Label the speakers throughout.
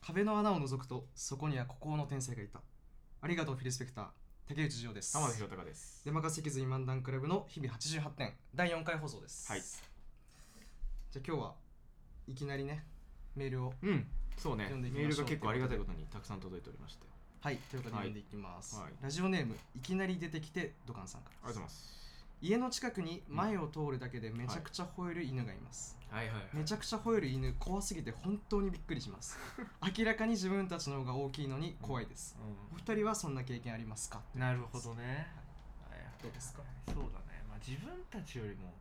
Speaker 1: 壁の穴を覗くとそこには孤高の天才がいたありがとうフィル・スペクター竹内譲です
Speaker 2: 浜田宏隆です。
Speaker 1: 山笠脊髄漫談クラブの日々88点第4回放送です、
Speaker 2: はい
Speaker 1: じゃあ今日はいきなりねメールを
Speaker 2: うん、そうね。
Speaker 1: 読んで
Speaker 2: メ
Speaker 1: いきましょう
Speaker 2: ールが結構ありがたいことにたくさん届いておりまして、
Speaker 1: はいということで読んでいきます、
Speaker 2: はいはい
Speaker 1: ラジオネームいきなり出てきてドカンさんから
Speaker 2: ありがとうございます。
Speaker 1: 家の近くに前を通るだけでめちゃくちゃ吠える犬がいます、
Speaker 2: はいはい、
Speaker 1: めちゃくちゃ吠える犬怖すぎて本当にびっくりします明らかに自分たちの方が大きいのに怖いです、お二人はそんな経験ありますか
Speaker 3: なるほどね。はい
Speaker 1: どうですか
Speaker 3: そうだね。まあ自分たちよりも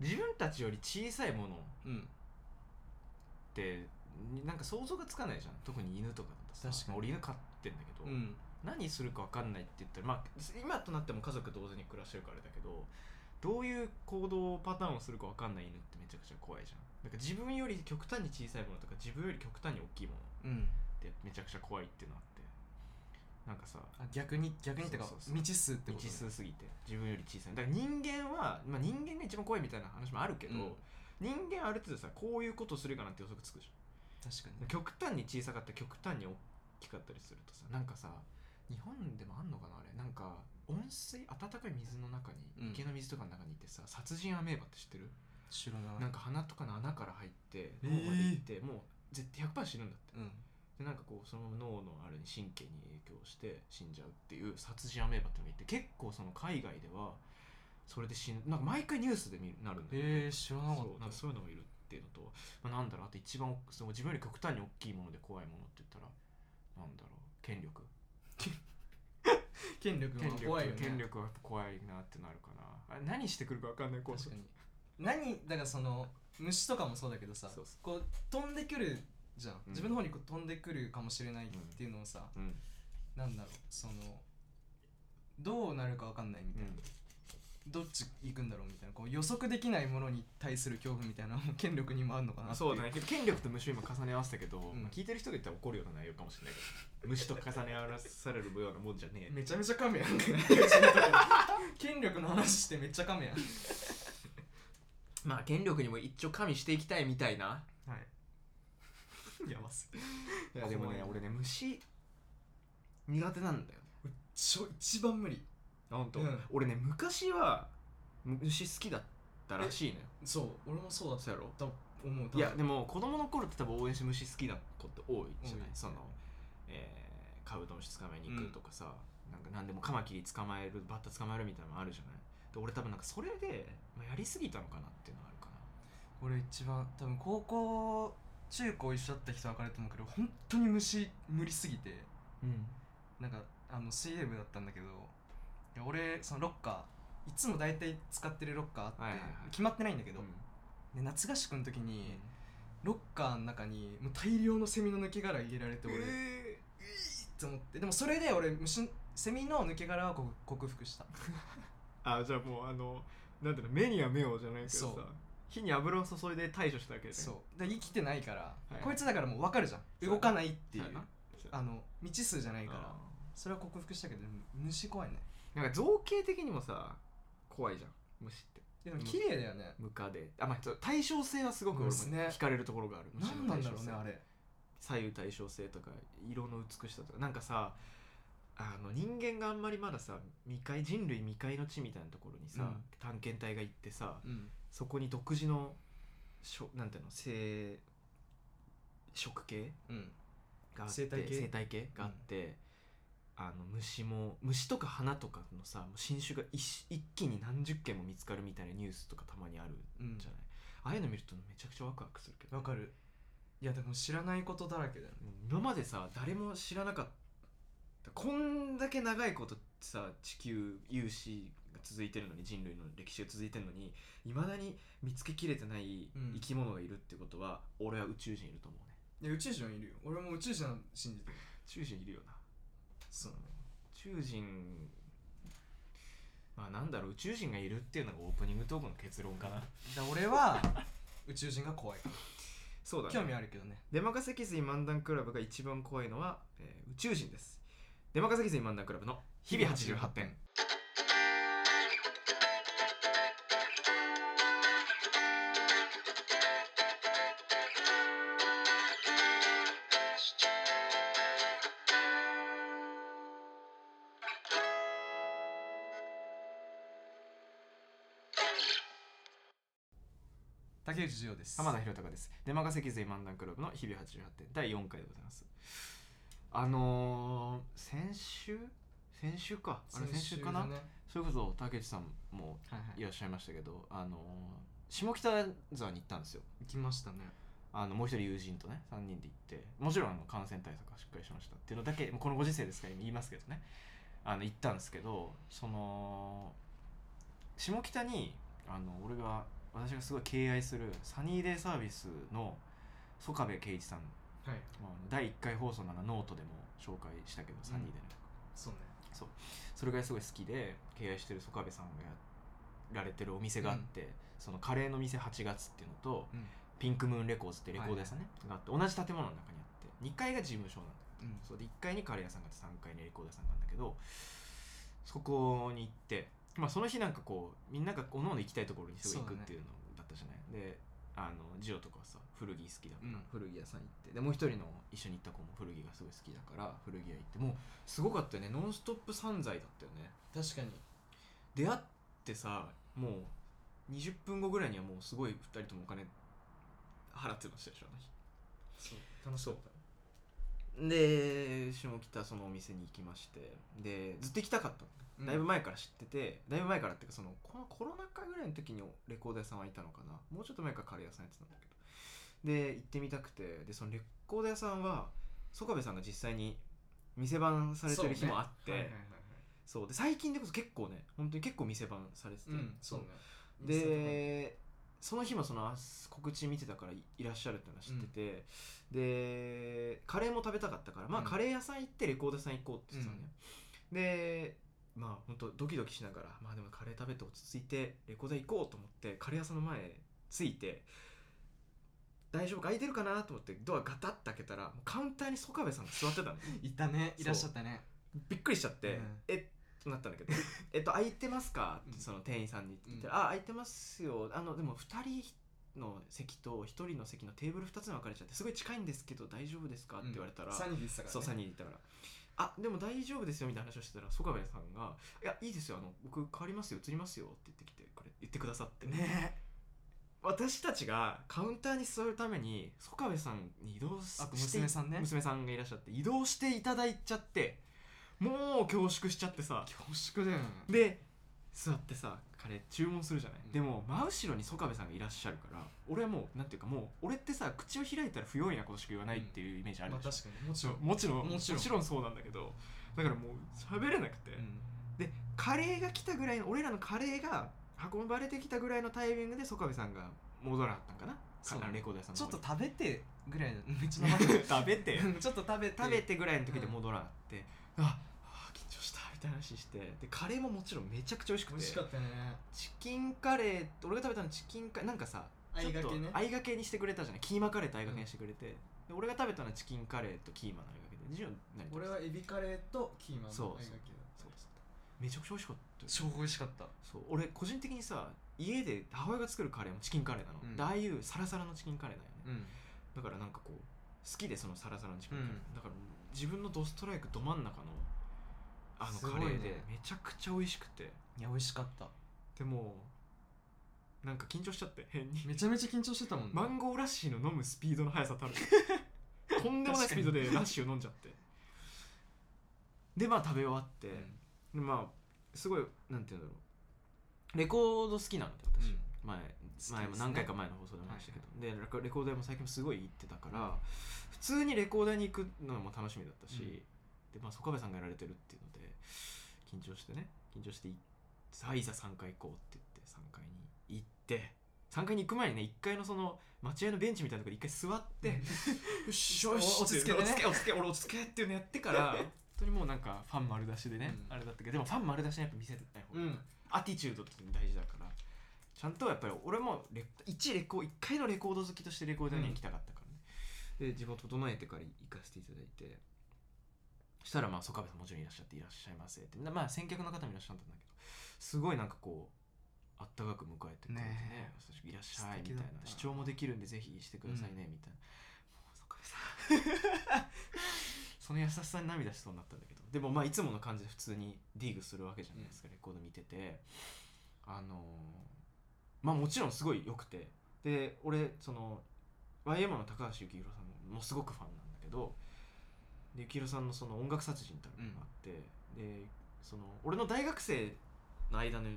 Speaker 3: 自分たちより小さいものっ
Speaker 1: うん
Speaker 2: てなんか想像がつかないじゃん。特に犬とかだとさ
Speaker 1: 確かに
Speaker 2: 俺犬飼ってんだけど、
Speaker 1: うん
Speaker 2: 何するかわかんないって言ったら、まあ今となっても家族同然に暮らしてるからだけど。どういう行動パターンをするかわかんない犬ってめちゃくちゃ怖いじゃん。なんか自分より極端に小さいものとか自分より極端に大きいもの
Speaker 1: うん
Speaker 2: ってめちゃくちゃ怖いっていうのあってなんかさ
Speaker 1: あ逆に逆にってか
Speaker 2: そうそうそう
Speaker 1: 未知数ってこと
Speaker 2: 未知数すぎて自分より小さいだから人間は、まあ、人間が一番怖いみたいな話もあるけど、
Speaker 1: うん
Speaker 2: 人間ある程度さこういうことするかなって予測つくじ
Speaker 1: 確か
Speaker 2: ゃん極端に小さかったり極端に大きかったりするとさなんかさ日本でもあんのかなあれなんか温水温かい水の中
Speaker 1: うん
Speaker 2: に池の水とかの中にいてさ、殺人アメーバって知って
Speaker 1: に
Speaker 2: る、
Speaker 1: 知らな
Speaker 2: ないんか鼻とかの穴から入って
Speaker 1: えー
Speaker 2: 脳まで行って、もう絶対100%死ぬんだって
Speaker 1: うん
Speaker 2: でなんかこうそのまま脳のあれに神経に影響して死んじゃうっていう殺人アメーバっていうのがいて結構その海外ではそれで死ぬなんか毎回ニュースで見るなるんだよ
Speaker 1: えー、知らなかっ
Speaker 2: そうなんかそういうのもいるっていうのと、まあ、なんだろうあと一番その自分より極端に大きいもので怖いものって言ったらなんだろう権力
Speaker 1: た権力
Speaker 2: 権
Speaker 1: は
Speaker 2: 力
Speaker 1: 怖いよね
Speaker 2: 権力はやっぱ怖いなってなるかなあれ何してくるか分かんない怖さ
Speaker 1: 確かに何だからその虫とかもそうだけどさ
Speaker 2: そうそ
Speaker 1: こう飛んでくるじゃん、
Speaker 2: うん
Speaker 1: 自分の方にこう飛んでくるかもしれないっていうのをさ、
Speaker 2: うん
Speaker 1: なんだろうそのどうなるかわかんないみた
Speaker 2: う
Speaker 1: いな、
Speaker 2: ん
Speaker 1: どっち行くんだろうみたいなこう予測できないものに対する恐怖みたいなのも 権力にもあるのかな
Speaker 2: ま
Speaker 1: っ
Speaker 2: あ、
Speaker 1: てい
Speaker 2: そうだね権力と虫を今重ね合わせたけど、
Speaker 1: ん
Speaker 2: まあ、聞いてる人が言ったら怒るような内容かもしれないけど虫 と重ね合わされるようなもんじゃねえ
Speaker 1: めちゃめちゃカメやん権力の話してめっちゃカメやん
Speaker 2: まあ権力にも一応加味していきたいみたいな
Speaker 1: はいやばすぎ
Speaker 2: いやでもね
Speaker 1: 怖い
Speaker 2: 俺ね虫苦手なんだよ
Speaker 1: ちょ一番無理
Speaker 2: 本当、
Speaker 1: うん
Speaker 2: 俺ね昔は虫好きだったらしいのよ
Speaker 1: そう俺もそうだっ
Speaker 2: そうやろ
Speaker 1: たと思うい
Speaker 2: いやでも子供の頃って多分応援して虫好きな子って多いじゃない
Speaker 1: 多い
Speaker 2: その、えー、カブトムシ捕まえに行くとかさ、なんか何でもカマキリ捕まえるバッタ捕まえるみたいなのもあるじゃないで俺多分なんかそれで、まあ、やりすぎたのかなっていうのはあるか
Speaker 1: 俺一番多分高校中高一緒だった人は分かると思うけど本当に虫無理すぎてな
Speaker 2: な
Speaker 1: んかあの水泳部だったんだけどいや俺そのロッカーいつも大体使ってるロッカーあって、
Speaker 2: はいはいはい
Speaker 1: 決まってないんだけ
Speaker 2: け
Speaker 1: ど、
Speaker 2: ど、
Speaker 1: で夏合宿の時
Speaker 2: いい
Speaker 1: にロッカーの中にもう大量のセミの抜け殻入れられて俺、
Speaker 2: え
Speaker 1: と思ってでもそれで俺虫セミの抜け殻は克克服した
Speaker 2: あじゃあもうあのなんていうの目には目をじゃないけどさ
Speaker 1: そう
Speaker 2: 火に油を注いで対処したわけで
Speaker 1: そうで生きてないから、
Speaker 2: い
Speaker 1: こいつだからもう分かるじゃん
Speaker 2: そう
Speaker 1: 動かないっていう
Speaker 2: そうやな
Speaker 1: あの未知数じゃないから
Speaker 2: う
Speaker 1: それは克服したけどでも虫怖いね
Speaker 2: んなんか造形的にもさ怖いじゃん虫って
Speaker 1: いやでも綺麗だよね、
Speaker 2: ムカデあまあちょっと対称性はすごく俺も
Speaker 1: ですね
Speaker 2: 惹かれるところがある虫
Speaker 1: なんな
Speaker 2: の
Speaker 1: ん
Speaker 2: 対
Speaker 1: だろ
Speaker 2: 称
Speaker 1: う
Speaker 2: 性
Speaker 1: ねあれ
Speaker 2: 左右対称性とか色の美しさとかなんかさあの人間があんまりまださ未開人類未開の地みたいなところにさ、
Speaker 1: うん
Speaker 2: 探検隊が行ってさ
Speaker 1: うん
Speaker 2: そこに独自のしょなんていうの生食系
Speaker 1: うん
Speaker 2: があって
Speaker 1: 生態系
Speaker 2: 生態系があって、あの虫も虫とか花とかのさ新種が一一気に何十件も見つかるみたいなニュースとかたまにある
Speaker 1: うん
Speaker 2: じゃない、ああいうの見るとめちゃくちゃワクワクするけど
Speaker 1: わかるいやでも知らないことだらけだよね
Speaker 2: 今までさ誰も知らなかったこんだけ長いことさ地球有史が続いてるのに人類の歴史が続いてるのにいまだに見つけきれてない
Speaker 1: うん
Speaker 2: 生き物がいるってことは、俺は宇宙人いると思うね
Speaker 1: いや宇宙人はいるよ俺も宇宙人は信じてる
Speaker 2: 宇宙人いるよな
Speaker 1: そう
Speaker 2: 宇宙人まあなんだろう宇宙人がいるっていうのがオープニングトークの結論かな
Speaker 1: だから俺は宇宙人が怖い
Speaker 2: そうだね
Speaker 1: 興味あるけどね
Speaker 2: デマカ脊髄漫談クラブが一番怖いのは、えー宇宙人ですデマカ脊髄漫談クラブの日々88点
Speaker 1: 88竹内純です
Speaker 2: 浜田博隆です出任せ脊髄漫談クラブの日々88点第4回でございますあのー、先週先週かあれ先週かな
Speaker 1: だね
Speaker 2: それこそ竹内さんも
Speaker 1: はいはい
Speaker 2: いらっしゃいましたけど、あのー、下北沢に行ったんですよ
Speaker 1: 行きましたね
Speaker 2: あのもう一人友人とね3人で行ってもちろんあの感染対策はしっかりしましたっていうのだけもうこのご時世ですから今言いますけどねあの行ったんですけどその下北にあの俺が私がすごい敬愛するサニーデイサービスの曽我部圭一さん、
Speaker 1: はい
Speaker 2: まあ第1回放送ならノートでも紹介したけどサニーでね、
Speaker 1: そうね
Speaker 2: それがすごい好きで敬愛してる曽我部さんがやられてるお店があって、そのカレーの店8月っていうのと、
Speaker 1: うん
Speaker 2: ピンクムーンレコーズってレコード屋さんね、があって同じ建物の中にあって2階が事務所なんだけ
Speaker 1: うん
Speaker 2: どそうで1階にカレー屋さんがあって3階にレコード屋さんがあるんだけどそこに行って、まあ、その日なんかこうみんながおのおの行きたいところにすぐ行くっていうのだったじゃない、であのジオとかはさ古着好きだから、
Speaker 1: うん
Speaker 2: 古着屋さん行ってでもう一人の一緒に行った子も古着がすごい好きだから古着屋行ってもうすごかったよねノンストップ散財だったよね
Speaker 1: 確かに
Speaker 2: 出会ってさもう20分後ぐらいにはもうすごい2人ともお金払ってましたでしょあの日
Speaker 1: そう楽しかっ
Speaker 2: で下北そのお店に行きましてでずっと行きたかった
Speaker 1: た
Speaker 2: の、だいぶ前から知っててだいぶ前からっていうかそのこのコロナ禍ぐらいの時にレコード屋さんはいたのかなもうちょっと前からカレー屋さんやってたんだけどで行ってみたくてでそのレコード屋さんは曽我部さんが実際に店番されてる日もあってそう,、
Speaker 1: はいはいはい
Speaker 2: で最近でこそ結構ね本当に結構店番されてて、
Speaker 1: はいうんそうね
Speaker 2: でその日もそのあ告知見てたからいいらっしゃるっていうのは知ってて、でカレーも食べたかったからまあ
Speaker 1: うん
Speaker 2: カレー屋さん行ってレコード屋さん行こうって言ってたのね、でまあ本当ドキドキしながらまあでもカレー食べて落ち着いてレコード屋行こうと思ってカレー屋さんの前着いて大丈夫か空いてるかなと思ってドアガタッと開けたらもうカウンターに曽我部さんが座ってたの
Speaker 1: いたね
Speaker 2: そう
Speaker 1: いらっしゃったね
Speaker 2: びっくりしちゃって、
Speaker 1: うん
Speaker 2: えってなったんだけど 「えっと空いてますか?」っ
Speaker 1: う
Speaker 2: て
Speaker 1: ん
Speaker 2: その店員さんに言ったら「あ空いてますよあのでも2人の席と1人の席のテーブル2つに分かれちゃってすごい近いんですけど大丈夫ですか?」って言われたら、
Speaker 1: サニーでしたからね
Speaker 2: そう3人でいたから「あでも大丈夫ですよ」みたいな話をしてたら曽我部さんが「いやいいですよあの僕変わりますよ移りますよ」って言ってきてくれ言ってくださって
Speaker 1: ね
Speaker 2: 私たちがカウンターに座るために曽我部さんに移動し
Speaker 1: あと
Speaker 2: して
Speaker 1: 娘さんね
Speaker 2: 娘さんがいらっしゃって移動していただいちゃってもう恐縮しちゃってさ
Speaker 1: 恐縮だよね
Speaker 2: で座ってさカレー注文するじゃない、
Speaker 1: うん
Speaker 2: でも真後ろに曽我部さんがいらっしゃるから俺はもうなんていうかもう俺ってさ口を開いたら不用意なことしか言わないっていうイメージある
Speaker 1: まあ
Speaker 2: でしょ、
Speaker 1: 確かにもちろん
Speaker 2: もちろんも
Speaker 1: も
Speaker 2: ち
Speaker 1: ち
Speaker 2: ろ
Speaker 1: ろ
Speaker 2: ん
Speaker 1: ん
Speaker 2: そうなんだけどだからもう喋れなくて、
Speaker 1: うん
Speaker 2: でカレーが来たぐらいの俺らのカレーが運ばれてきたぐらいのタイミングで曽我部さんが戻らなかったんかな
Speaker 1: そう
Speaker 2: かあのレコード屋さん
Speaker 1: ちょ
Speaker 2: の
Speaker 1: っ
Speaker 2: 方
Speaker 1: と
Speaker 2: に
Speaker 1: 食べてぐらいだめっちゃ飲まれて
Speaker 2: 食べて
Speaker 1: うんちょっと食べて
Speaker 2: 食べてぐらいの時で戻らなくて、ああ緊張したみたいな話してでカレーももちろんめちゃくちゃ美味しくて
Speaker 1: 美味しかったね
Speaker 2: チキンカレー俺が食べたのチキンカレーなんかさ
Speaker 1: あいがけね
Speaker 2: ちょっとあいがけにしてくれたじゃないキーマカレーとあいがけにしてくれて、で俺が食べたのはチキンカレーとキーマのあいがけでジュン何食べた
Speaker 1: 俺はエビカレーとキーマン
Speaker 2: そう
Speaker 1: のあいがけだ
Speaker 2: そうですめちゃくちゃ美味しかったよ
Speaker 1: 超美味しかった
Speaker 2: そう俺個人的にさ家で母親が作るカレーもチキンカレーなの、
Speaker 1: うん
Speaker 2: でああいうサラサラのチキンカレーだよね、
Speaker 1: うん
Speaker 2: だからなんかこう好きでそのサラサラのチキンカレー、
Speaker 1: うん
Speaker 2: だから自分のドストライクど真ん中のあ
Speaker 1: す
Speaker 2: の
Speaker 1: ごい
Speaker 2: カ
Speaker 1: ね
Speaker 2: レーでめちゃくちゃ美味しくて、
Speaker 1: いや美味しかった
Speaker 2: でもなんか緊張しちゃって変に
Speaker 1: めちゃめちゃ緊張してたもんね
Speaker 2: マンゴーラッシーの飲むスピードの速さ たるとんでもないスピードでラッシーを飲んじゃってでまあ食べ終わって、
Speaker 1: うん
Speaker 2: でまあすごいなんて言うんだろうレコード好きなので
Speaker 1: う
Speaker 2: 私、
Speaker 1: ん
Speaker 2: 前
Speaker 1: すね
Speaker 2: 前も何回か前の放送でも話したけど、でレコレコード屋も最近もすごい行ってたから普通にレコード屋に行くのも楽しみだったし、
Speaker 1: うん
Speaker 2: でまあ曽我部さんがやられてるっていうので緊張してね緊張していさあいざ3階行こうって言って3階に行って3階に行く前にね1階のその待合のベンチみたいなところで1回座って、
Speaker 1: よし
Speaker 2: よ し
Speaker 1: 落ち着けて
Speaker 2: 落ち
Speaker 1: ね
Speaker 2: 着け落ち着け俺落ち着けっていうのやってから本当にもうなんかファン丸出しでね、
Speaker 1: うん
Speaker 2: あれだったけどでもファン丸出しはやっぱ見せない方
Speaker 1: う
Speaker 2: が、
Speaker 1: ん
Speaker 2: アティチュードって大事だからちゃんとやっぱり俺もレ一レコ一回のレコード好きとしてレコード屋に行きたかったからね、で自分を整えてから行かせていただいてそしたらまあ曽我部さんもちろんいらっしゃっていらっしゃいませってまあ先客の方もいらっしゃったんだけどすごいなんかこうあったかく迎えてくれてね
Speaker 1: ね
Speaker 2: いらっしゃ
Speaker 1: 素
Speaker 2: いみ
Speaker 1: 敵
Speaker 2: た
Speaker 1: だ
Speaker 2: い
Speaker 1: っ
Speaker 2: な
Speaker 1: た
Speaker 2: 視聴もできるんでぜひしてくださいね、みたいなもう曽我部さんその優しさに涙しそうになったんだけどでもまあいつもの感じで普通にディーグするわけじゃないですか、レコード見ててあのーまあもちろんすごい良くてで俺その YM の高橋幸宏さんもすごくファンなんだけどで幸宏さんのその音楽殺人っていうのがあって、でその俺の大学生の間の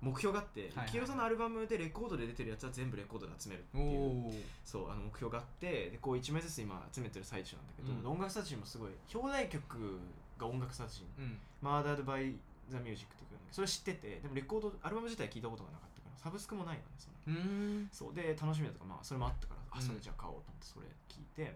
Speaker 2: 目標があって、
Speaker 1: いはいはい
Speaker 2: 幸宏さんのアルバムでレコードで出てるやつは全部レコードで集めるって
Speaker 1: お
Speaker 2: いう
Speaker 1: お
Speaker 2: そうあの目標があってでこう1枚ずつ今集めてる最中なんだけど、
Speaker 1: うん
Speaker 2: 音楽殺人もすごい表題曲が音楽殺人
Speaker 1: うん
Speaker 2: 「Murdered by the Music」っていう曲なんだけどそれ知っててでもレコードアルバム自体聞いたことがなかったからサブスクもないのねその
Speaker 1: うん
Speaker 2: そうで楽しみだとかまあそれもあったから、
Speaker 1: う
Speaker 2: あ
Speaker 1: ん
Speaker 2: それじゃあ買おうと思ってそれ聞いて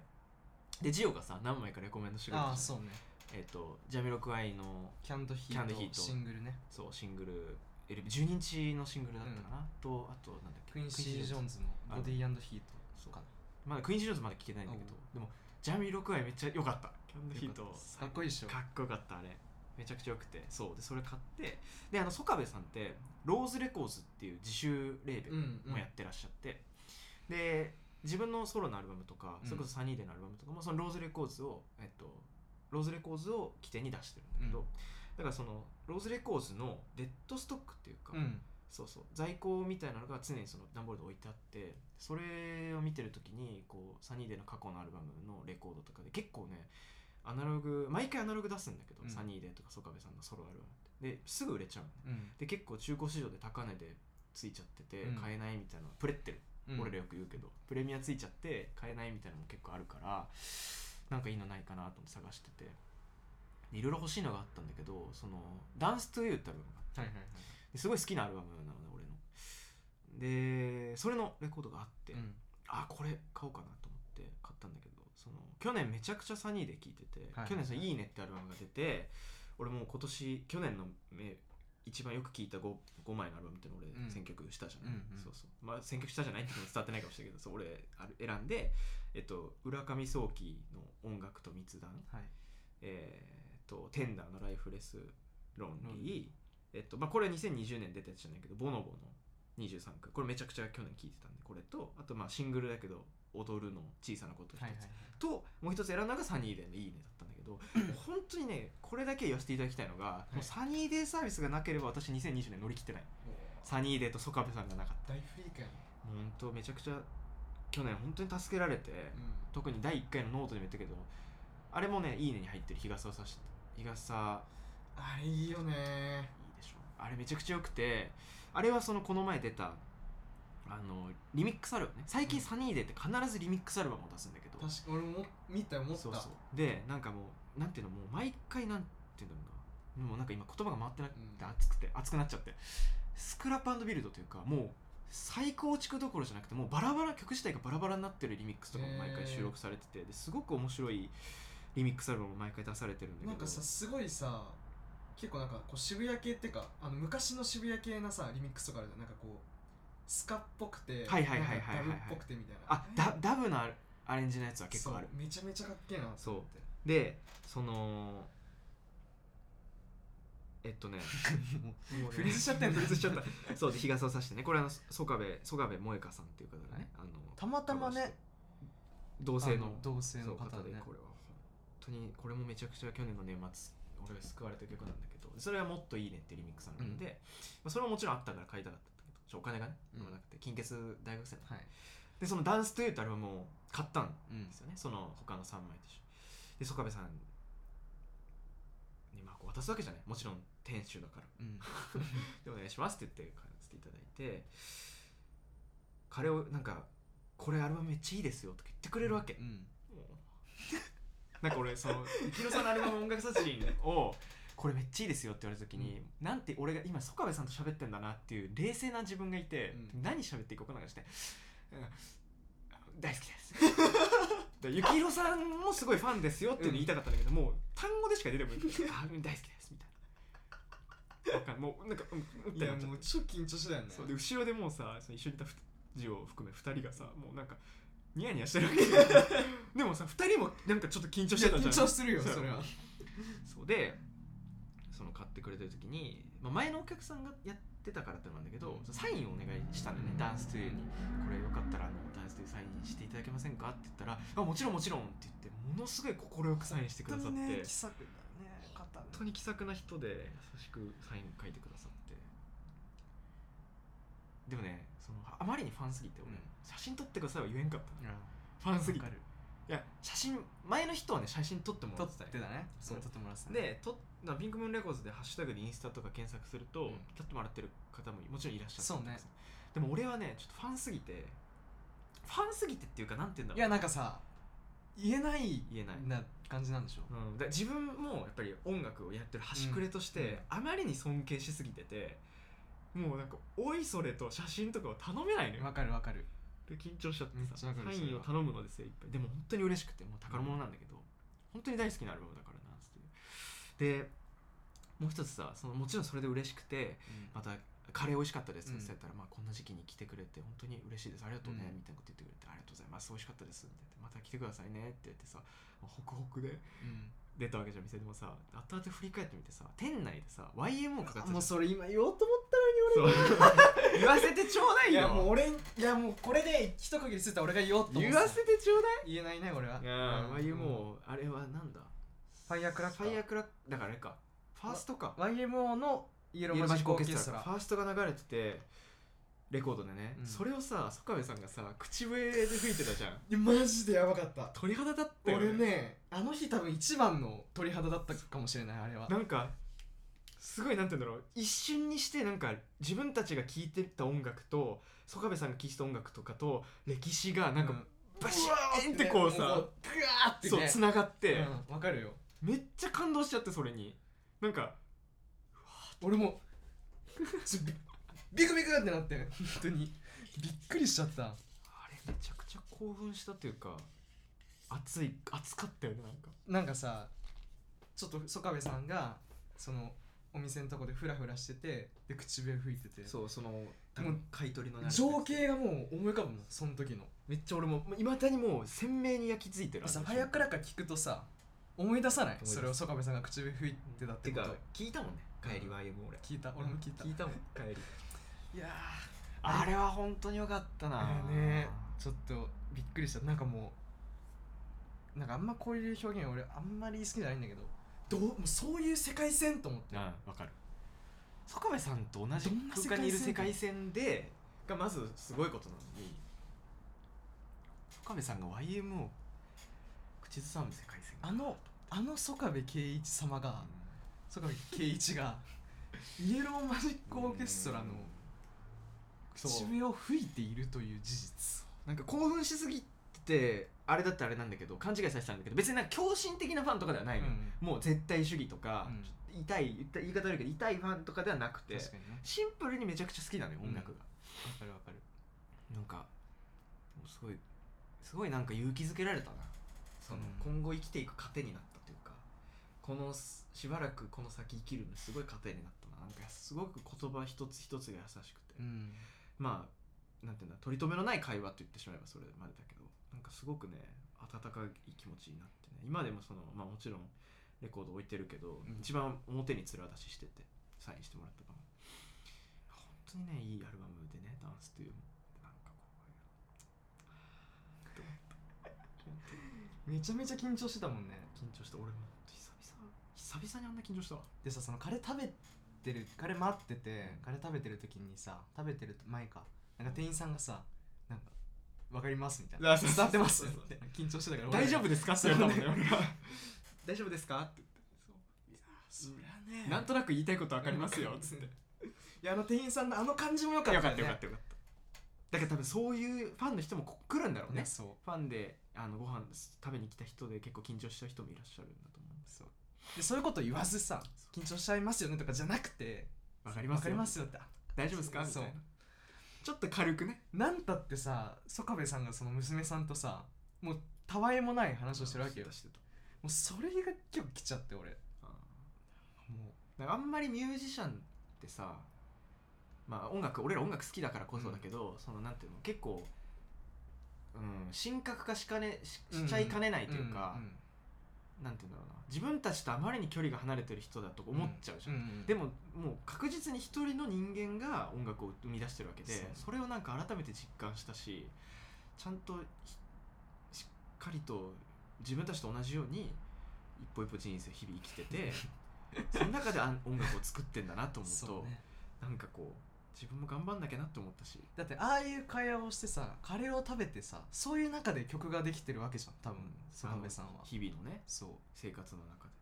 Speaker 2: でジオがさ何枚かレコメンドしてくれた
Speaker 1: あ
Speaker 2: じ
Speaker 1: あそう
Speaker 2: ゃん
Speaker 1: ね
Speaker 2: えっ、とジャミロクアイの
Speaker 1: キャンドヒ
Speaker 2: キャンドヒ
Speaker 1: ー
Speaker 2: ー
Speaker 1: ト
Speaker 2: ト
Speaker 1: シングルね
Speaker 2: そうシングル LP 12日のシングルだったかな、とあとなんだっけ
Speaker 1: クインシー・ジョーンズのボ
Speaker 2: あの
Speaker 1: ディーヒート
Speaker 2: そう
Speaker 1: かな
Speaker 2: まだクイーンシージョーンズまで聞けないんだけどでもジャミロクアイめっちゃ良かったキャンドヒート
Speaker 1: よかったですかっこいいっしょ
Speaker 2: かっこよかったあれめちゃくちゃ良くてそうでそれ買ってであのソカベさんってローズレコーズっていう自主レーベル
Speaker 1: ん
Speaker 2: もやってらっしゃって、で自分のソロのアルバムとか、
Speaker 1: うん
Speaker 2: それこそサニーデーのアルバムとかもそのローズレコーズを、えっと、ローズレコーズを起点に出してるんだけど、
Speaker 1: うん
Speaker 2: だからそのローズレコーズのデッドストックっていうか、
Speaker 1: うん
Speaker 2: そうそう在庫みたいなのが常にその段ボールで置いてあってそれを見てる時にこうサニーデーの過去のアルバムのレコードとかで結構ねアナログ毎回アナログ出すんだけど、
Speaker 1: うん
Speaker 2: サニーデーとかソカベさんのソロアルバムってですぐ売れちゃうのね
Speaker 1: うん
Speaker 2: で結構中古市場で高値でついちゃってて
Speaker 1: うん
Speaker 2: 買えないみたいな、プレってる、
Speaker 1: うん
Speaker 2: 俺らよく言うけどプレミアついちゃって買えないみたいなのも結構あるからなんかいいのないかなと思って探しててでいろいろ欲しいのがあったんだけどその「ダンストゥユーってアルバムがあって
Speaker 1: はいはいはい
Speaker 2: ですごい好きなアルバムなのね俺のでそれのレコードがあって、
Speaker 1: うん
Speaker 2: あこれ買おうかなと思って買ったんだけどその去年めちゃくちゃサニーで聴いてて、
Speaker 1: はい
Speaker 2: 去年その「いいね」ってアルバムが出て俺もう今年去年のめ一番よく聴いた 5, 5枚のアルバムっていうのを
Speaker 1: うん
Speaker 2: 俺選曲したじゃない、
Speaker 1: うんうん
Speaker 2: そうそうまあ選曲したじゃないっていうのも伝わってないかもしれないけどそう俺あれ選んで、えっと、浦上早期の音楽と密談
Speaker 1: はい
Speaker 2: えー、と、テンダーのライフレスロン
Speaker 1: ロン
Speaker 2: リー、えっと、まあ、これは2020年出たやつじゃないけど、ボノボの23区、これめちゃくちゃ去年聴いてたんで、これと、あとまあシングルだけど、踊るの小さなこと一つ、
Speaker 1: はいはいはい
Speaker 2: と、もう一つ選んだのがサニーデーのいいねだったんだけど、本当にね、これだけ言わせていただきたいのが、
Speaker 1: い
Speaker 2: もうサニーデーサービスがなければ私2020年乗り切ってない。サニーデーとソカベさんがなかっ
Speaker 1: 大フリーかよ
Speaker 2: た。もう本当めちゃくちゃ、去年本当に助けられて、
Speaker 1: う
Speaker 2: 特に第1回のノートでも言ったけどあれもね「いいね」に入ってる日傘を差して日傘
Speaker 1: んあれいいよね
Speaker 2: いいでしょあれめちゃくちゃ良くてあれはそのこの前出たあのリミックスアルバムね最近サニーデーって必ずリミックスアルバムを出すんだけど
Speaker 1: 確か俺も見た思った
Speaker 2: そうそうでなんかもうなんていうのもう毎回なんていうんだろうなもうなんか今言葉が回ってなくて
Speaker 1: うん
Speaker 2: 熱くて熱くなっちゃってスクラップビルドというかもう再構築どころじゃなくてもうバラバラ曲自体がバラバラになってるリミックスとかも毎回収録されててですごく面白いリミックスアルバムも毎回出されてるんだけど
Speaker 1: なんかさすごいさ結構なんかこう渋谷系ってかあの昔の渋谷系なさリミックスとかあるじゃんなんかこうスカっぽくて
Speaker 2: はいはいはいはいはいはい
Speaker 1: なんかダブっぽくてみたいな
Speaker 2: あダダブのアレアレンジのやつは結構ある
Speaker 1: そうめちゃめちゃかっけえ なと思って
Speaker 2: でそのえっとねもう
Speaker 1: フリーズしちゃったよ
Speaker 2: フリーズしちゃったそうで日傘を差してねこれあの曽我部曽我部萌香さんっていう方がねあの
Speaker 1: たまたまね
Speaker 2: 同性の
Speaker 1: あの 同性の
Speaker 2: そう
Speaker 1: 方
Speaker 2: で
Speaker 1: でね
Speaker 2: これは本当にこれもめちゃくちゃ去年の年末俺が救われた曲なんだけどそれは「もっといいね」ってリミックスなので、
Speaker 1: うん
Speaker 2: まあ、それももちろんあったから買いたかったんだけどちょお金がね、
Speaker 1: うん
Speaker 2: なくて金欠大学生な
Speaker 1: は
Speaker 2: の
Speaker 1: い
Speaker 2: でその「ダンスというってアルバムを買ったの
Speaker 1: うん
Speaker 2: ですよねその他の3枚と一緒で曽我部さんにまあこう渡すわけじゃないもちろん店主だから
Speaker 1: うん
Speaker 2: でお願いしますって言って買わせていただいて彼をなんか「これアルバムめっちゃいいですよ」とか言ってくれるわけ、
Speaker 1: うん
Speaker 2: もうなんか俺その幸宏さんのアルバム「音楽殺人」を「これめっちゃいいですよ」って言われた時に、なんて俺が今曽我部さんと喋ってんだなっていう冷静な自分がいて、
Speaker 1: うん
Speaker 2: 何喋っていこうかなんかして「うん大好きです」で幸宏さんもすごいファンですよっていうの言いたかったんだけど、もう単語でしか出てこない「あうん大好きです」みたいな。わかんもうなんか、うん、うんって
Speaker 1: いや
Speaker 2: なっちゃって
Speaker 1: もう超緊張してたよね
Speaker 2: そうで後ろでもうさその一緒にいたふジオを含め2人がさもうなんかニヤニヤしてるわけよ でもさ2人もなんかちょっと緊張し
Speaker 1: いや
Speaker 2: てたじゃ
Speaker 1: 緊
Speaker 2: ん
Speaker 1: 張するよ
Speaker 2: そう
Speaker 1: それは
Speaker 2: そうでその買ってくれてる時に、まあ、前のお客さんがやってたからってのもあるんだけどサインをお願いしたんだよねダンストゥーにこれよかったらあのダンストゥーサインしていただけませんかって言ったらあもちろんもちろんって言ってものすごい快くサインしてくださって
Speaker 1: 気さくだね肩ね
Speaker 2: 本当に気さくな人で優しくサイン書いてくださってでもねそのあまりにファンすぎて俺、
Speaker 3: うん
Speaker 2: 写真撮ってくださいは言えんかった
Speaker 1: うん
Speaker 2: ファンすぎて
Speaker 1: わか
Speaker 2: い
Speaker 1: る
Speaker 2: や写真前の人はね写真撮ってもら
Speaker 1: 撮っ
Speaker 2: っててたよ
Speaker 1: たね
Speaker 2: そう
Speaker 1: 撮ってもらってたね
Speaker 2: でとなピンクムーンレコーズでハッシュタグでインスタとか検索すると、
Speaker 3: うん
Speaker 2: 撮ってもらってる方ももちろんいらっしゃる
Speaker 1: そうね
Speaker 2: でも俺はねちょっとファンすぎてファンすぎてっていうかなんて言うんだろう
Speaker 1: いやなんかさ言えない
Speaker 2: 言えない
Speaker 1: な感じなんでしょ
Speaker 2: うん、だ自分もやっぱり音楽をやってる端くれとして、
Speaker 1: うんうん
Speaker 2: あまりに尊敬しすぎててもうなんかおいそれと写真とかを頼めないのよ
Speaker 1: わかるわかる
Speaker 2: で緊張しちゃって
Speaker 1: めっちゃ
Speaker 2: さ
Speaker 1: わかる
Speaker 2: サインを頼むのですよいっぱいでも本当に嬉しくてもう宝物なんだけど、本当に大好きなアルバムだからなつってでもう一つさそのもちろんそれで嬉しくてまたカレー美味しかったですって
Speaker 1: うん
Speaker 2: 言ったら、まあ、こんな時期に来てくれて本当に嬉しいですありがとうね、
Speaker 1: うん
Speaker 2: みたいなこと言ってくれてありがとうございます美味しかったですって言ってまた来てくださいねって言ってさもうホクホクで
Speaker 1: う
Speaker 2: 出たわけじゃん店でもさ後々振り返ってみてさ店内でさ YMO かかって
Speaker 1: んも
Speaker 2: た
Speaker 1: う
Speaker 2: じ
Speaker 1: それ今言おうと思った
Speaker 2: ゃん
Speaker 1: のに
Speaker 2: そう言わせてちょうだ
Speaker 1: 俺
Speaker 2: い
Speaker 1: い
Speaker 2: よ
Speaker 1: やもう俺いやもうこれで一区切りついたら俺が言おうと思って
Speaker 2: 言
Speaker 1: た
Speaker 2: わせてちょうだい
Speaker 1: 言えないね俺はい
Speaker 2: や
Speaker 1: うん
Speaker 2: ー YMO あれはなんだ
Speaker 1: ファイヤークラッカ
Speaker 2: フ
Speaker 1: ー
Speaker 2: ァイヤークラッだからあれかファーストか
Speaker 1: YMO のイエローマジックオーケストラ
Speaker 2: ファーストが流れててレコードでね、
Speaker 1: うん
Speaker 2: それをさ坂部さんがさ口笛で吹いてたじゃん
Speaker 1: いやマジでやばかった
Speaker 2: 鳥肌立ったよ、
Speaker 1: 俺ねあの日多分一番の鳥肌だったかもしれないあれは
Speaker 2: なんかすごいなんて言うんだろう一瞬にしてなんか自分たちが聴いてた音楽と坂部さんが聴いてた音楽とかと歴史がなんか
Speaker 1: う
Speaker 2: バシーンってこう
Speaker 1: うわー
Speaker 2: さ
Speaker 1: ってねもうグワーってね
Speaker 2: そう繋がって
Speaker 1: うんわかるよ
Speaker 2: めっちゃ感動しちゃってそれになんか
Speaker 1: 俺もちょびビクビクってなって本当にびっくりしちゃった
Speaker 2: あれめちゃくちゃ興奮したというか熱い熱かったよねなんか
Speaker 1: なんかさちょっと曽我部さんがそのお店のとこでフラフラしててで口笛吹いてて
Speaker 2: そうその
Speaker 1: 多分
Speaker 2: 買い取りの
Speaker 1: 情景がもう思い浮かぶのその時の
Speaker 2: めっちゃ俺もいまだにもう鮮明に焼き付いてる
Speaker 1: さ
Speaker 2: あの
Speaker 1: ファイアクラッカー聞くとさ思い出さない
Speaker 2: 思い出す
Speaker 1: それを曽我部さんが口笛吹いてたっててこ
Speaker 2: か
Speaker 1: と
Speaker 2: 聞いたもんね帰りは YM 俺
Speaker 1: 聞いた俺も聞いた
Speaker 2: 聞いたもん帰り
Speaker 1: いやー
Speaker 2: あれは本当によかったな
Speaker 1: あれねちょっとびっくりしたなんかもうなんかあんまこういう表現俺あんまり好きじゃないんだけどどうもうそういう世界線と思って
Speaker 2: うんわかる坂部さんと同じ
Speaker 1: どんな世界線
Speaker 2: 空間にいる世界線でがまずすごいことなのに坂部さんが YM を口ずさむ世界線
Speaker 1: あのあの曽我部圭一様が曽我部圭一がイエローマジックオーケストラの
Speaker 2: そう
Speaker 1: 口笛を吹いているという事実
Speaker 2: なんか興奮しすぎてあれだってあれなんだけど勘違いさせたんだけど別になんか狂信的なファンとかではないのよ、もう絶対主義とか、
Speaker 1: うん
Speaker 2: ちょっと痛い言い方悪いけど痛いファンとかではなくて
Speaker 1: 確かにね
Speaker 2: シンプルにめちゃくちゃ好きなのよ音楽
Speaker 1: わ
Speaker 2: が、
Speaker 1: かるわかる
Speaker 2: なんかもうすごいすごいなんか勇気づけられたなその、
Speaker 1: うん
Speaker 2: 今後生きていく糧になったというかこのすしばらくこの先生きるのすごい糧になったななんかすごく言葉一つ一つが優しくて、
Speaker 1: うん
Speaker 2: まあなんていうんだ取り留めのない会話って言ってしまえばそれまでだけどなんかすごくね温かい気持ちになってね今でもそのまあもちろんレコード置いてるけど、
Speaker 1: うん
Speaker 2: 一番表に面出ししててサインしてもらったかも本当にねいいアルバムでねダンスというなんかこ
Speaker 1: めちゃめちゃ緊張してたもんね
Speaker 2: う緊張した俺も本当久々久々にあんな緊張したわ
Speaker 1: でさそのカレー食べてるカレー待っててカレー食べてる時にさ食べてる前かなんか店員さんがさなんか「わかります」みたいな「
Speaker 2: あそう
Speaker 1: 伝
Speaker 2: そう
Speaker 1: わってます」っ
Speaker 2: そうそう
Speaker 1: て緊張してたから
Speaker 2: 大丈夫ですかって言われたもんね
Speaker 1: そう
Speaker 2: 俺が 大丈夫ですかって言って
Speaker 1: そりゃね
Speaker 2: なんとなく言いたいことわかりますよ つって
Speaker 1: いやあの店員さんのあの感じもよかった
Speaker 2: よか
Speaker 1: よ
Speaker 2: った
Speaker 1: ね
Speaker 2: よかったよかっただから多分そういうファンの人もこ来るんだろうね
Speaker 1: ねそ
Speaker 2: ファンであのご飯食べに来た人で結構緊張した人もいらっしゃるんだと思うんで
Speaker 1: う
Speaker 2: す
Speaker 1: そうでそういうこと言わずさ緊張しちゃいますよねとかじゃなくて
Speaker 2: わか
Speaker 1: 「
Speaker 2: ります
Speaker 1: わかりますよ」ってあ
Speaker 2: 大丈夫ですかみた
Speaker 1: そ
Speaker 2: いうなちょっと軽くね
Speaker 1: なんたってさ曽我部さんがその娘さんとさもうたわいもない話をしてるわけよも
Speaker 2: してた
Speaker 1: うそれが今日来ちゃって俺
Speaker 2: あ
Speaker 1: も
Speaker 2: ーなんかあんまりミュージシャンってさまあ音楽俺ら音楽好きだからこそだけど、そのなんていうの結構うん神格化しかねし
Speaker 1: う
Speaker 2: しちゃいかねない
Speaker 1: ん
Speaker 2: というか、
Speaker 1: んん
Speaker 2: なんていうんだろうな自分たちとあまりに距離が離れてる人だと思っちゃうじゃん、
Speaker 1: ん
Speaker 2: でももう確実に一人の人間が音楽を生み出してるわけで
Speaker 1: そう
Speaker 2: それをなんか改めて実感したしちゃんとひしっかりと自分たちと同じように一歩一歩人生 日々生きててその中であん音楽を作ってんだなと思うと
Speaker 1: そうね
Speaker 2: なんかこう自分も頑張んなきゃなって思ったし
Speaker 1: だってああいう会話をしてさカレーを食べてさそういう中で曲ができてるわけじゃん多分曽我部さん
Speaker 2: あ
Speaker 1: は
Speaker 2: の日々のね
Speaker 1: そう
Speaker 2: 生活の中で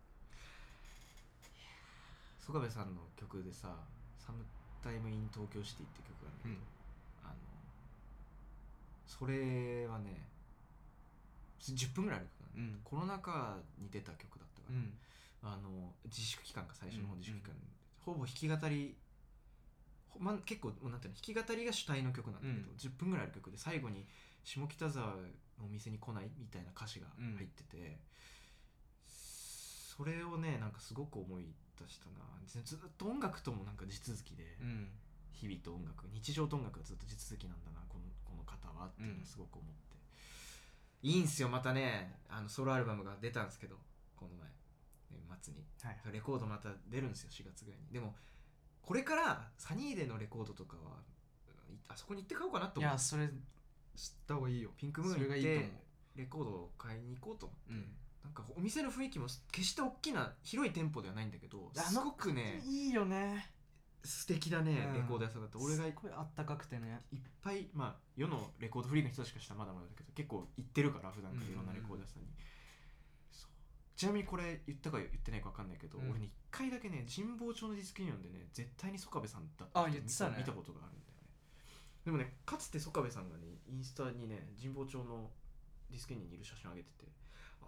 Speaker 2: 曽我部さんの曲でさ「サムタイム・イン・東京シティ」って曲があ
Speaker 1: う
Speaker 2: るん
Speaker 1: ん
Speaker 2: だけど、あのそれはね10分ぐらいある曲なの
Speaker 1: うん
Speaker 2: コロナ禍に出た曲だったから、
Speaker 1: うん
Speaker 2: あの自粛期間か最初の方
Speaker 1: うん
Speaker 2: 自粛期間、ほぼ弾き語りほま、結構もうなんていうの弾き語りが主体の曲なんだけど、
Speaker 1: うん
Speaker 2: 10分ぐらいある曲で最後に「下北沢のお店に来ない?」みたいな歌詞が入ってて、それをねなんかすごく思い出したなずずっと音楽ともなんか地続きで、
Speaker 1: うん
Speaker 2: 日々と音楽日常と音楽がずっと地続きなんだなこのこの方はっていうのをすごく思って、いいんすよまたねあのソロアルバムが出たんですけどこの前年末に
Speaker 1: はい
Speaker 2: レコードまた出るんですよ4月ぐらいにでもこれからサニーデのレコードとかはいあそこに行って買おうかなと
Speaker 1: い
Speaker 2: 思っ
Speaker 1: や
Speaker 2: て
Speaker 1: それ知った方がいいよ
Speaker 2: ピンクムー
Speaker 1: そ
Speaker 2: ン
Speaker 1: れ
Speaker 2: 行
Speaker 1: がい
Speaker 2: っ
Speaker 1: いと思
Speaker 2: てレコードを買いに行こうと思って、
Speaker 1: う、うん、
Speaker 2: なんかお店の雰囲気も決して大きな広い店舗ではないんだけど
Speaker 1: あの
Speaker 2: すごくね
Speaker 1: いいよね
Speaker 2: 素敵だね、
Speaker 1: うん
Speaker 2: レコード屋さんだって俺が
Speaker 1: すごいあったかくてね
Speaker 2: いっぱい、まあ、世のレコードフリークの人しかしたらまだまだだけど結構行ってるから普段か
Speaker 1: うんうんうん
Speaker 2: らいろんなレコード屋さんに、そうちなみにこれ言ったか言ってないか分かんないけど、
Speaker 1: うん
Speaker 2: 俺ね一回だけね神保町のディスクユニオンでね絶対に曽我部さんだっ
Speaker 1: あ
Speaker 2: 人
Speaker 1: 言ってたね
Speaker 2: 見た見ことがあるんだよねでもねかつて曽我部さんがねインスタにね神保町のディスクユニオンにいる写真を上げてて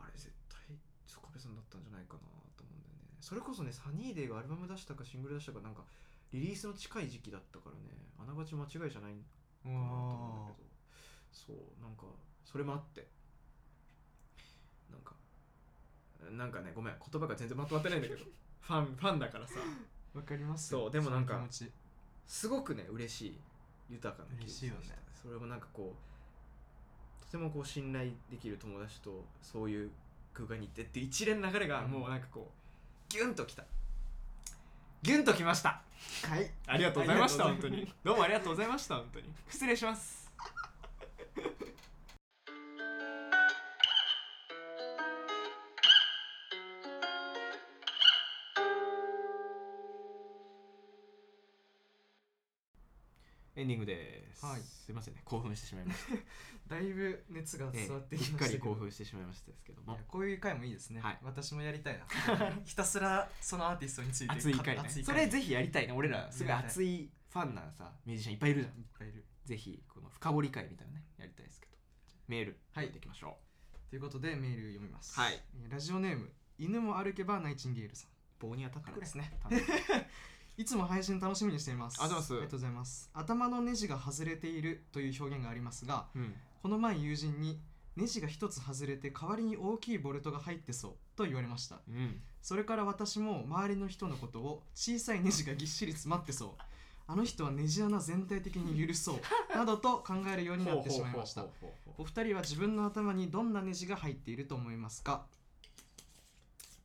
Speaker 2: あれ絶対曽我部さんだったんじゃないかなと思うんだよねそれこそねサニーデーがアルバム出したかシングル出したかなんかリリースの近い時期だったからねあながち間違いじゃない
Speaker 1: うわ
Speaker 2: かなと思うんだけどそうなんかそれもあってなんかなんかねごめん言葉が全然まとまってないんだけ どファンファンだからさ
Speaker 1: わかります
Speaker 2: そうでもなんか
Speaker 1: その気持ち
Speaker 2: すごくね嬉しい豊かな気持ちでした
Speaker 1: 嬉しいよね
Speaker 2: それもなんかこうとてもこう信頼できる友達とそういう空間に行ってっていう一連の流れが
Speaker 1: うん
Speaker 2: もうなんかこうギュンときたギュンときました
Speaker 1: はい
Speaker 2: ありがとうございました
Speaker 1: ありが
Speaker 2: 本当
Speaker 1: とうござい
Speaker 2: にどうもありがとうございました本当に失礼しますエンディングです、
Speaker 1: はい
Speaker 2: すいませんね興奮してしまいまし た
Speaker 1: だいぶ熱が
Speaker 2: え
Speaker 1: 伝わって
Speaker 2: え
Speaker 1: き
Speaker 2: うっ
Speaker 1: ま
Speaker 2: か
Speaker 1: した
Speaker 2: り
Speaker 1: けど、
Speaker 2: 興奮してしまいましたですけど
Speaker 1: い
Speaker 2: も
Speaker 1: やこういう回もいいですね、
Speaker 2: はい
Speaker 1: 私もやりたいな ひたすらそのアーティストについて
Speaker 2: 熱い回ね
Speaker 1: 熱い
Speaker 2: それぜひやりたいね俺らすごい
Speaker 1: やりたい
Speaker 2: 熱いファンなさミュージシャンいっぱいいるじゃん
Speaker 1: いっぱいいる
Speaker 2: ぜひこの深掘り会みたいなのねやりたいですけどメール
Speaker 1: はい
Speaker 2: やっていきましょう、
Speaker 1: ということでメール読みます、
Speaker 2: はい
Speaker 1: えーラジオネーム犬も歩けばナイチンゲールさん
Speaker 2: 棒に当たった
Speaker 1: これです
Speaker 2: ね
Speaker 1: ね いつも配信楽しみにしています
Speaker 2: ありがとうございます
Speaker 1: ありがとうございます頭のネジが外れているという表現がありますが
Speaker 2: うん
Speaker 1: この前友人にネジが一つ外れて代わりに大きいボルトが入ってそうと言われました
Speaker 2: うん
Speaker 1: それから私も周りの人のことを小さいネジがぎっしり詰まってそうあの人はネジ穴全体的に緩 そうなどと考えるようになってしまいました
Speaker 2: ほうほうほうほ
Speaker 1: お二人は自分の頭にどんなネジが入っていると思いますか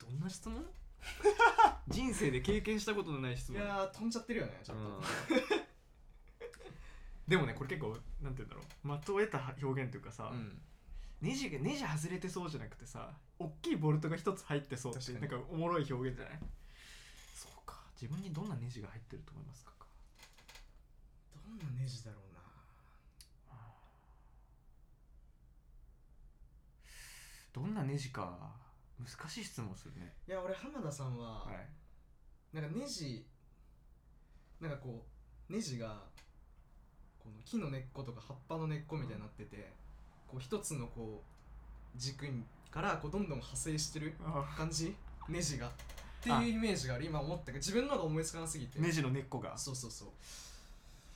Speaker 2: うどんな質問人生で経験したことのない質問
Speaker 1: ー飛んじゃってるよねち
Speaker 2: うんでもねこれ結構なんて言うんだろう的を得た表現というかさ、
Speaker 1: うん
Speaker 2: ネジがネジ外れてそうじゃなくてさ大きいボルトが一つ入ってそうってなん
Speaker 1: 確か
Speaker 2: かおもろい表現じゃないそうか自分にどんなネジが入ってると思いますかか
Speaker 1: どんなネジだろうな
Speaker 2: どんなネジか難しい質問するね
Speaker 1: いや俺浜田さんは
Speaker 2: はい
Speaker 1: なんかネジなんかこうネジがこの木の根っことか葉っぱの根っこみたいになってて、こう一つのこう軸からこうどんどん派生してる感じネジがっていうイメージがある今思ったけど自分のが思いつかなすぎて
Speaker 2: ネジの根っこが
Speaker 1: そうそうそう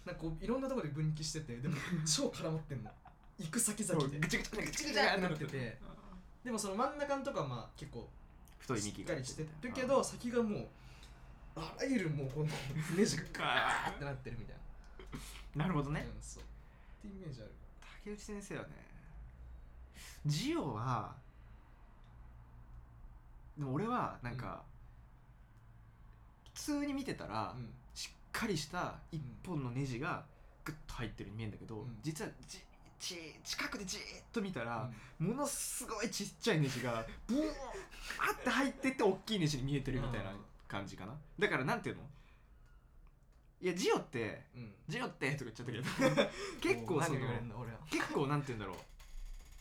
Speaker 1: なんかこういろんなところで分岐してて でも超絡まってんの行く先々で
Speaker 2: ぐちゃぐちゃぐ
Speaker 1: ぐちゃぐちゃってなっててでもその真ん中のとこはまあ結構
Speaker 2: 太い
Speaker 1: し
Speaker 2: 幹
Speaker 1: っ
Speaker 2: が
Speaker 1: かりしてるけど先がもうあらゆるもうこ のネジがガーってなってるみたい
Speaker 2: なるほど
Speaker 1: な、
Speaker 2: ね
Speaker 1: うん、そうってイメージある
Speaker 2: 竹内先生はねジオはでも俺はなんか、普通に見てたら、
Speaker 1: うん
Speaker 2: しっかりした一本のネジがグッと入ってるように見えるんだけど、
Speaker 1: うん
Speaker 2: 実はじち近くでじーっと見たら、ものすごいちっちゃいネジがブワーって入ってって大きいネジに見えてるみたいな感じかなだからなんていうのいやジオって
Speaker 1: うん
Speaker 2: ジオってとか言っちゃったけど結構そ
Speaker 1: 何
Speaker 2: の
Speaker 1: 言われんの俺は
Speaker 2: 結構なんて言うんだろ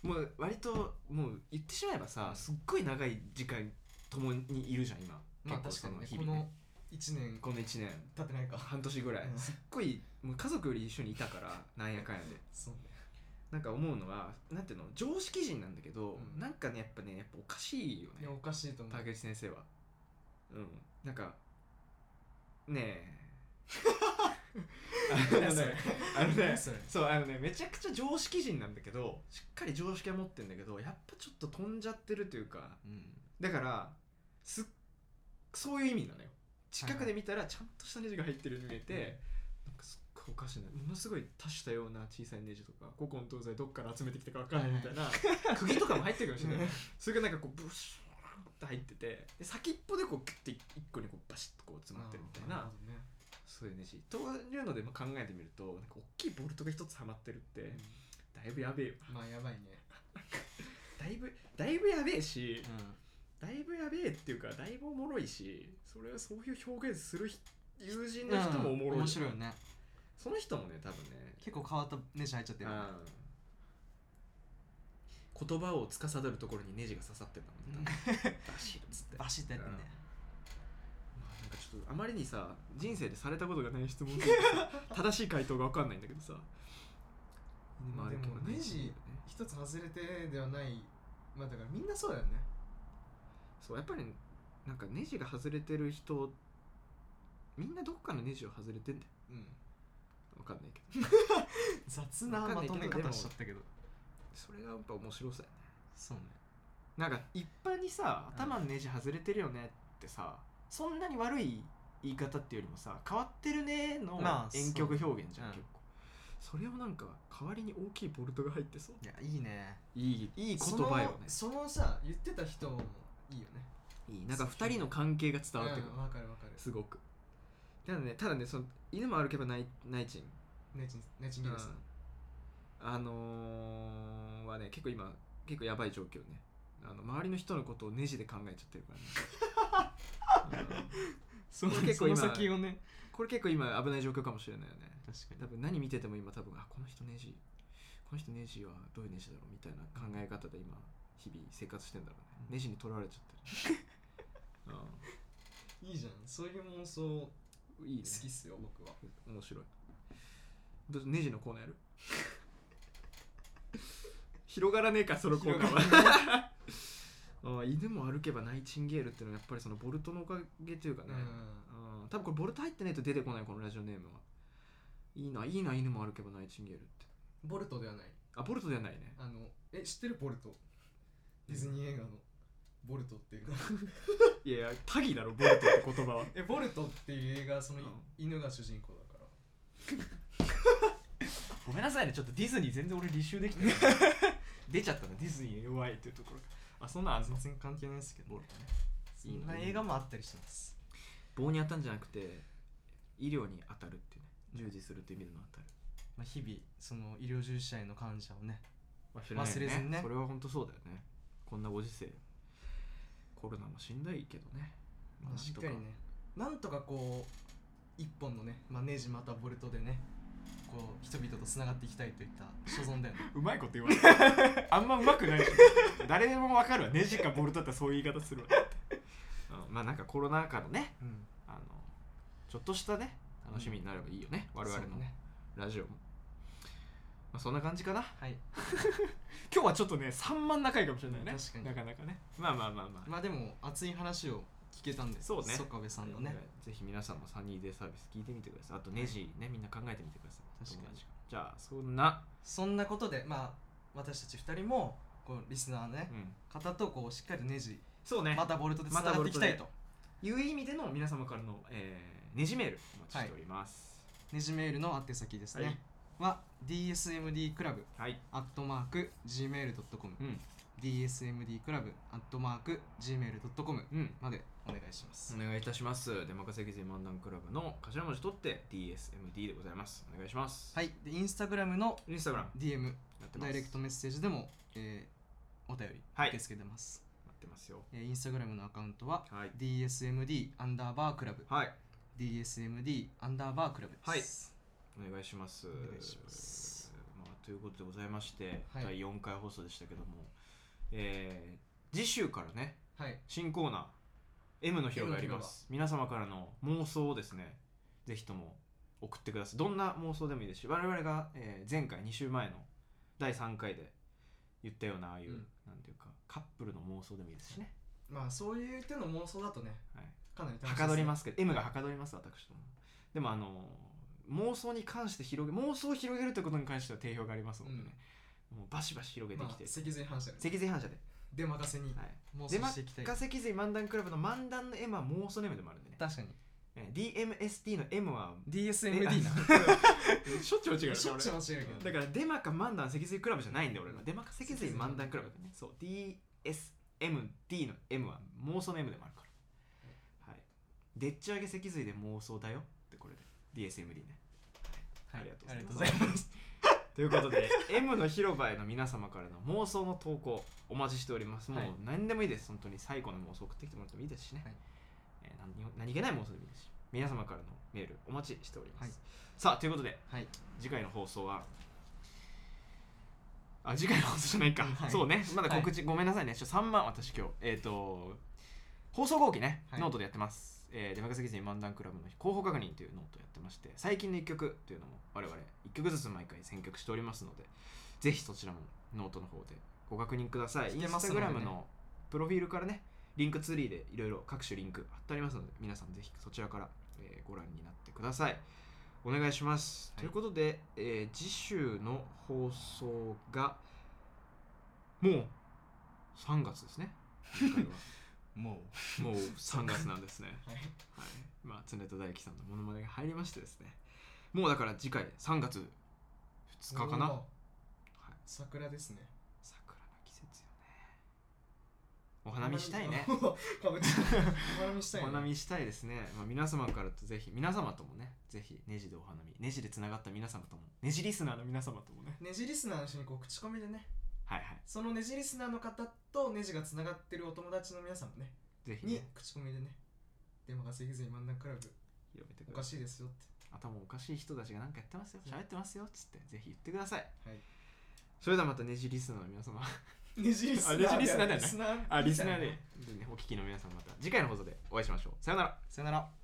Speaker 2: うもう割ともう言ってしまえばさすっごい長い時間共にいるじゃん今
Speaker 1: まあ
Speaker 2: 結構
Speaker 1: 確
Speaker 2: そ
Speaker 1: かに
Speaker 2: の
Speaker 1: ね
Speaker 2: 日
Speaker 1: こ
Speaker 2: 々ね
Speaker 1: の1年
Speaker 2: この1年
Speaker 1: 経ってないか
Speaker 2: 半年ぐらい
Speaker 1: うん
Speaker 2: すっごいもう家族より一緒にいたからなんやかんやで
Speaker 1: そうね
Speaker 2: なんか思うのはなんていうの常識人なんだけど、
Speaker 1: うん
Speaker 2: なんかねやっぱねやっぱおかしいよ
Speaker 1: い
Speaker 2: ね
Speaker 1: やおかしいと思う
Speaker 2: 竹内先生はうんなんかね え あの
Speaker 1: 何それ
Speaker 2: ねあのね
Speaker 1: 何それ
Speaker 2: そうあのねめちゃくちゃ常識人なんだけどしっかり常識は持ってんだけどやっぱちょっと飛んじゃってるというか
Speaker 3: うん
Speaker 2: だからすっそういう意味なのよ近くで見たらちゃんとしたネジが入ってるように見えて、なんかすっごいおかしいなものすごい多種多様な小さいネジとか古今東西どっから集めてきたかわからないみたいな、釘とかも入ってるかもしれないそれがなんかこうブシューって入っててで先っぽでこうキュッて一個にこうバシッとこう詰まってるみたいな
Speaker 1: あーる
Speaker 2: そういうネジというのでまあ考えてみるとなんか大きいボルトが一つはまってるって
Speaker 1: ほどね
Speaker 2: だいぶやべえよ
Speaker 1: うんまあやばいね
Speaker 2: だいぶだいぶやべえし
Speaker 3: う、ん
Speaker 2: だいぶやべえっていうかだいぶおもろいしそれはそういう表現する人友人の人もおもろい,、
Speaker 3: 面白いよね
Speaker 2: その人もね多分ね
Speaker 3: 結構変わったネジ入っちゃってるよね
Speaker 2: うん言葉を司るところにネジが刺さってんだもんね多分バシッつ って、ま
Speaker 3: バシッてやってんね
Speaker 2: あ、なんかちょっとあまりにさ人生でされたことがない質問で 正しい回答が分かんないんだけどさまあ
Speaker 1: で
Speaker 2: るけど
Speaker 1: も
Speaker 2: ね
Speaker 1: ネジ一つ外れてではないまあだからみんなそうだよね
Speaker 2: そうやっぱりなんかネジが外れてる人みんなどっかのネジを外れてんだよ
Speaker 1: うん
Speaker 2: 分かんないけど
Speaker 1: 雑
Speaker 2: わ
Speaker 1: な
Speaker 2: かん
Speaker 1: ま
Speaker 2: ないけ
Speaker 1: と
Speaker 2: ど
Speaker 1: め
Speaker 2: で
Speaker 1: 方
Speaker 2: も
Speaker 1: しちゃったけど
Speaker 2: それがやっぱ面白さやね
Speaker 3: そうね
Speaker 2: なんか一般にさ頭のネジ外れてるよねってさ、そんなに悪い言い方っていうよりもさ変わってるねの
Speaker 3: まあ
Speaker 2: 遠曲表現じゃん、
Speaker 3: そう
Speaker 2: 結構それをなんか代わりに大きいボルトが入ってそう
Speaker 3: いやいいね
Speaker 2: いいいい言葉よね
Speaker 1: そのそのさ言ってた人もいいよね
Speaker 2: いいなんか二人の関係が伝わってくる
Speaker 1: うんわかるわかる
Speaker 2: すごくただねただねその犬も歩けばナイナイチン
Speaker 1: ネチネチミルス
Speaker 2: あのー、はね結構今結構やばい状況ねあの周りの人のことをネジで考えちゃってるからね、うん
Speaker 3: その
Speaker 2: これ結構今
Speaker 3: その先をね
Speaker 2: これ結構今危ない状況かもしれないよね
Speaker 3: 確
Speaker 2: 多分何見てても今多分あこの人ネジこの人ネジはどういうネジだろうみたいな考え方で今日々生活してんだろうねネジにとらわれちゃってる、
Speaker 1: いいじゃんそういう妄想好
Speaker 2: うん、いいね
Speaker 1: きっすよ僕は
Speaker 2: 面白いどうネジのコーナーやる 広がらねえかそのコーナーは ああ犬も歩けばナイチンゲールっていうのはやっぱりそのボルトのおかげというかね、
Speaker 1: う
Speaker 2: うん多分これボルト入ってないと出てこないこのラジオネームはいいないいな犬も歩けばナイチンゲールって
Speaker 1: んボルトではない
Speaker 2: あボルトじゃないね
Speaker 1: あのえ知ってるボルトディズニー映画のボルトっていうの
Speaker 2: いやいやタギだろボルトって言葉は
Speaker 1: えボルトっていう映画その、い
Speaker 2: うん
Speaker 1: 犬が主人公だから
Speaker 3: ごめんなさいねちょっとディズニー全然俺履修できてない出ちゃったのディズニー弱いっていうところあそんなんあんの
Speaker 1: 全然関係ないですけど、
Speaker 3: そんな映画もあったりします
Speaker 2: 棒に当たるんじゃなくて医療に当たるっていうね従事するっていう意味での当たる
Speaker 3: まあ日々その医療従事者への感謝をね
Speaker 2: 忘
Speaker 3: れないよね
Speaker 2: それは本当そうだよねこんなご時世コロナもしんどいけどねまあ
Speaker 1: しっかりねなんとかこう一本のねマネージまたボルトでねこう人々とつながっていきたいといった所存だよね
Speaker 3: うまいこと言わないあんまうまくないでしょ誰でもわかるわネジかボルトだったらそういう言い方するわ
Speaker 2: うんまあなんかコロナ禍のね
Speaker 1: うん
Speaker 2: あのちょっとしたね楽しみになればいいよね、我々
Speaker 1: そう
Speaker 2: の
Speaker 1: ね
Speaker 2: ラジオも、まあ、そんな感じかな
Speaker 1: はい
Speaker 3: 今日はちょっとね3万仲いいかもしれないね
Speaker 1: 確かに
Speaker 3: なかなかね
Speaker 2: まあまあまあまあ
Speaker 1: まあでも熱い話を聞けたんで
Speaker 2: そうね
Speaker 1: 曽我部さんのね
Speaker 2: ぜひ皆さんもサニーデイサービス聞いてみてくださいあとネジねみんな考えてみてください
Speaker 1: 確かに
Speaker 2: 友達がじゃあそんな、
Speaker 1: そんなことでまあ私たち二人もこうリスナーのね
Speaker 2: うん
Speaker 1: 方とこうしっかりネジ
Speaker 2: そうね
Speaker 1: またボルトでつながっていきたいと、
Speaker 2: いう意味での皆様からの、えー、ネジメールお待ちしております
Speaker 1: ネジメールの宛先ですね、は DSMD クラブ
Speaker 2: はい、
Speaker 1: アットマーク Gmail.com、
Speaker 2: うん
Speaker 1: DSMD クラブアットマーク Gmail.com
Speaker 2: うん
Speaker 1: までお願いします、
Speaker 2: お願いいたしますで任せ劇漫談クラブの頭文字取って DSMD でございますお願いします
Speaker 1: はいでインスタグラムの
Speaker 2: インスタグラム
Speaker 1: DM
Speaker 2: やってます
Speaker 1: ダイレクトメッセージでも、えーお便り
Speaker 2: はい
Speaker 1: 受け付けてます、
Speaker 2: 待ってますよ
Speaker 1: えーインスタグラムのアカウントは
Speaker 2: はい
Speaker 1: DSMD アンダーバークラブ
Speaker 2: はい
Speaker 1: DSMD アンダーバークラブです
Speaker 2: お願いします
Speaker 1: お願いします
Speaker 2: まあ、ということでございまして、
Speaker 1: はい
Speaker 2: 第4回放送でしたけども、えー次週からね
Speaker 1: はい、
Speaker 2: 新コーナー M の広があります皆様からの妄想をですねぜひとも送ってくださいどんな妄想でもいいですし我々が、えー前回2週前の第3回で言ったようなああいう、
Speaker 1: うん
Speaker 2: なんていうかカップルの妄想でもいいですしね、
Speaker 1: まあそういう手の妄想だとね
Speaker 2: はい、
Speaker 1: かなり楽しい
Speaker 2: はかどりますすけど M がはかどります私どもでもあの妄想に関して広げ妄想を広げるということに関しては定評がありますのでね、もうバシバシ広
Speaker 1: ね
Speaker 2: げて
Speaker 1: ま
Speaker 2: き
Speaker 1: あ
Speaker 2: て、
Speaker 1: 脊髄反射で
Speaker 2: 脊髄反射で、
Speaker 1: 出任せに
Speaker 2: はい、
Speaker 1: 妄
Speaker 2: 出
Speaker 1: 想
Speaker 2: ま
Speaker 1: していきたい
Speaker 2: が脊髄漫談クラブの漫談の M は妄想の M でもあるんでね
Speaker 1: 確かに
Speaker 2: えー DMST の M は
Speaker 1: DSMD な
Speaker 2: しょっちゅう違う
Speaker 1: しょっちゅう間違えるけ
Speaker 2: だ
Speaker 1: ど
Speaker 2: からデマか漫談脊髄クラブじゃないんだよ俺ら
Speaker 1: うん
Speaker 2: デマか脊髄漫談クラブだねそう DSMD の M は妄想の M でもあるからはいでっち上げ脊髄で妄想だよってこれで DSMD ね
Speaker 1: はい
Speaker 2: ありがとうございます
Speaker 1: ありがとうございます
Speaker 2: ということで M の広場への皆様からの妄想の投稿お待ちしておりますもう
Speaker 1: はい
Speaker 2: 何でもいいです本当に最後の妄想送ってきてもらってもいいですしね、
Speaker 1: はい
Speaker 2: えー何を何気ない妄想でもいいですし皆様からのメールお待ちしております、
Speaker 1: はい
Speaker 2: さあということで
Speaker 1: はい
Speaker 2: 次回の放送はあ次回の放送じゃないか、
Speaker 1: はい
Speaker 2: そうねまだ告知、ごめんなさいねちょ3万私今日えっ、と放送後期ね、
Speaker 1: はい
Speaker 2: ノートでやってます、えー、出任せ記事漫談クラブの広報確認というノートやってまして最近の1曲というのも我々1曲ずつ毎回選曲しておりますのでぜひそちらもノートの方でご確認ください、
Speaker 1: 聞
Speaker 2: イ
Speaker 1: け
Speaker 2: ン
Speaker 1: ま
Speaker 2: ス
Speaker 1: す
Speaker 2: タ
Speaker 1: の
Speaker 2: グ
Speaker 1: でね
Speaker 2: ラムのプロフィールからねリンクツリーでいろいろ各種リンク貼ってありますので皆さんぜひそちらから、えーご覧になってくださいお願いします、
Speaker 1: はい
Speaker 2: ということで、えー次週の放送がもう3月ですね 今回は
Speaker 3: も
Speaker 2: もう3月なんですね、
Speaker 1: はい
Speaker 2: はい、まあ常田大樹さんのモノマネが入りましてですねもうだから次回3月2日かな、はい、
Speaker 1: おー桜ですね
Speaker 2: 桜の季節よねお花見したいね
Speaker 1: お花見お花見したい
Speaker 2: お
Speaker 1: ね
Speaker 2: 花見したいですね、まあ、皆様からとぜひ皆様ともねぜひネジでお花見ネジでつながった皆様ともネジリスナーの皆様ともね
Speaker 1: ねじリスナーの人にこう口コミでね
Speaker 2: はいはい
Speaker 1: そのねじリスナーの方とネジがつながってるお友達の皆さんもね
Speaker 2: ぜひ
Speaker 1: に
Speaker 2: ね
Speaker 1: 口コミでね出任せずに漫談クラブ
Speaker 2: 広めて
Speaker 1: お
Speaker 2: く
Speaker 1: か
Speaker 2: ださい
Speaker 1: しいですよっ
Speaker 2: 頭おかしい人たちがなんかやってますよ喋ってますよっつってぜひ言ってください
Speaker 1: てはい
Speaker 2: それではまたネジリスナーの皆様
Speaker 1: ネジリスナー
Speaker 2: あネジリスナーだよね
Speaker 1: リスナー
Speaker 2: あリスナーで
Speaker 1: みたいな
Speaker 2: でねお聞きの皆様また次回の放送でお会いしましょうさよなら
Speaker 1: さよなら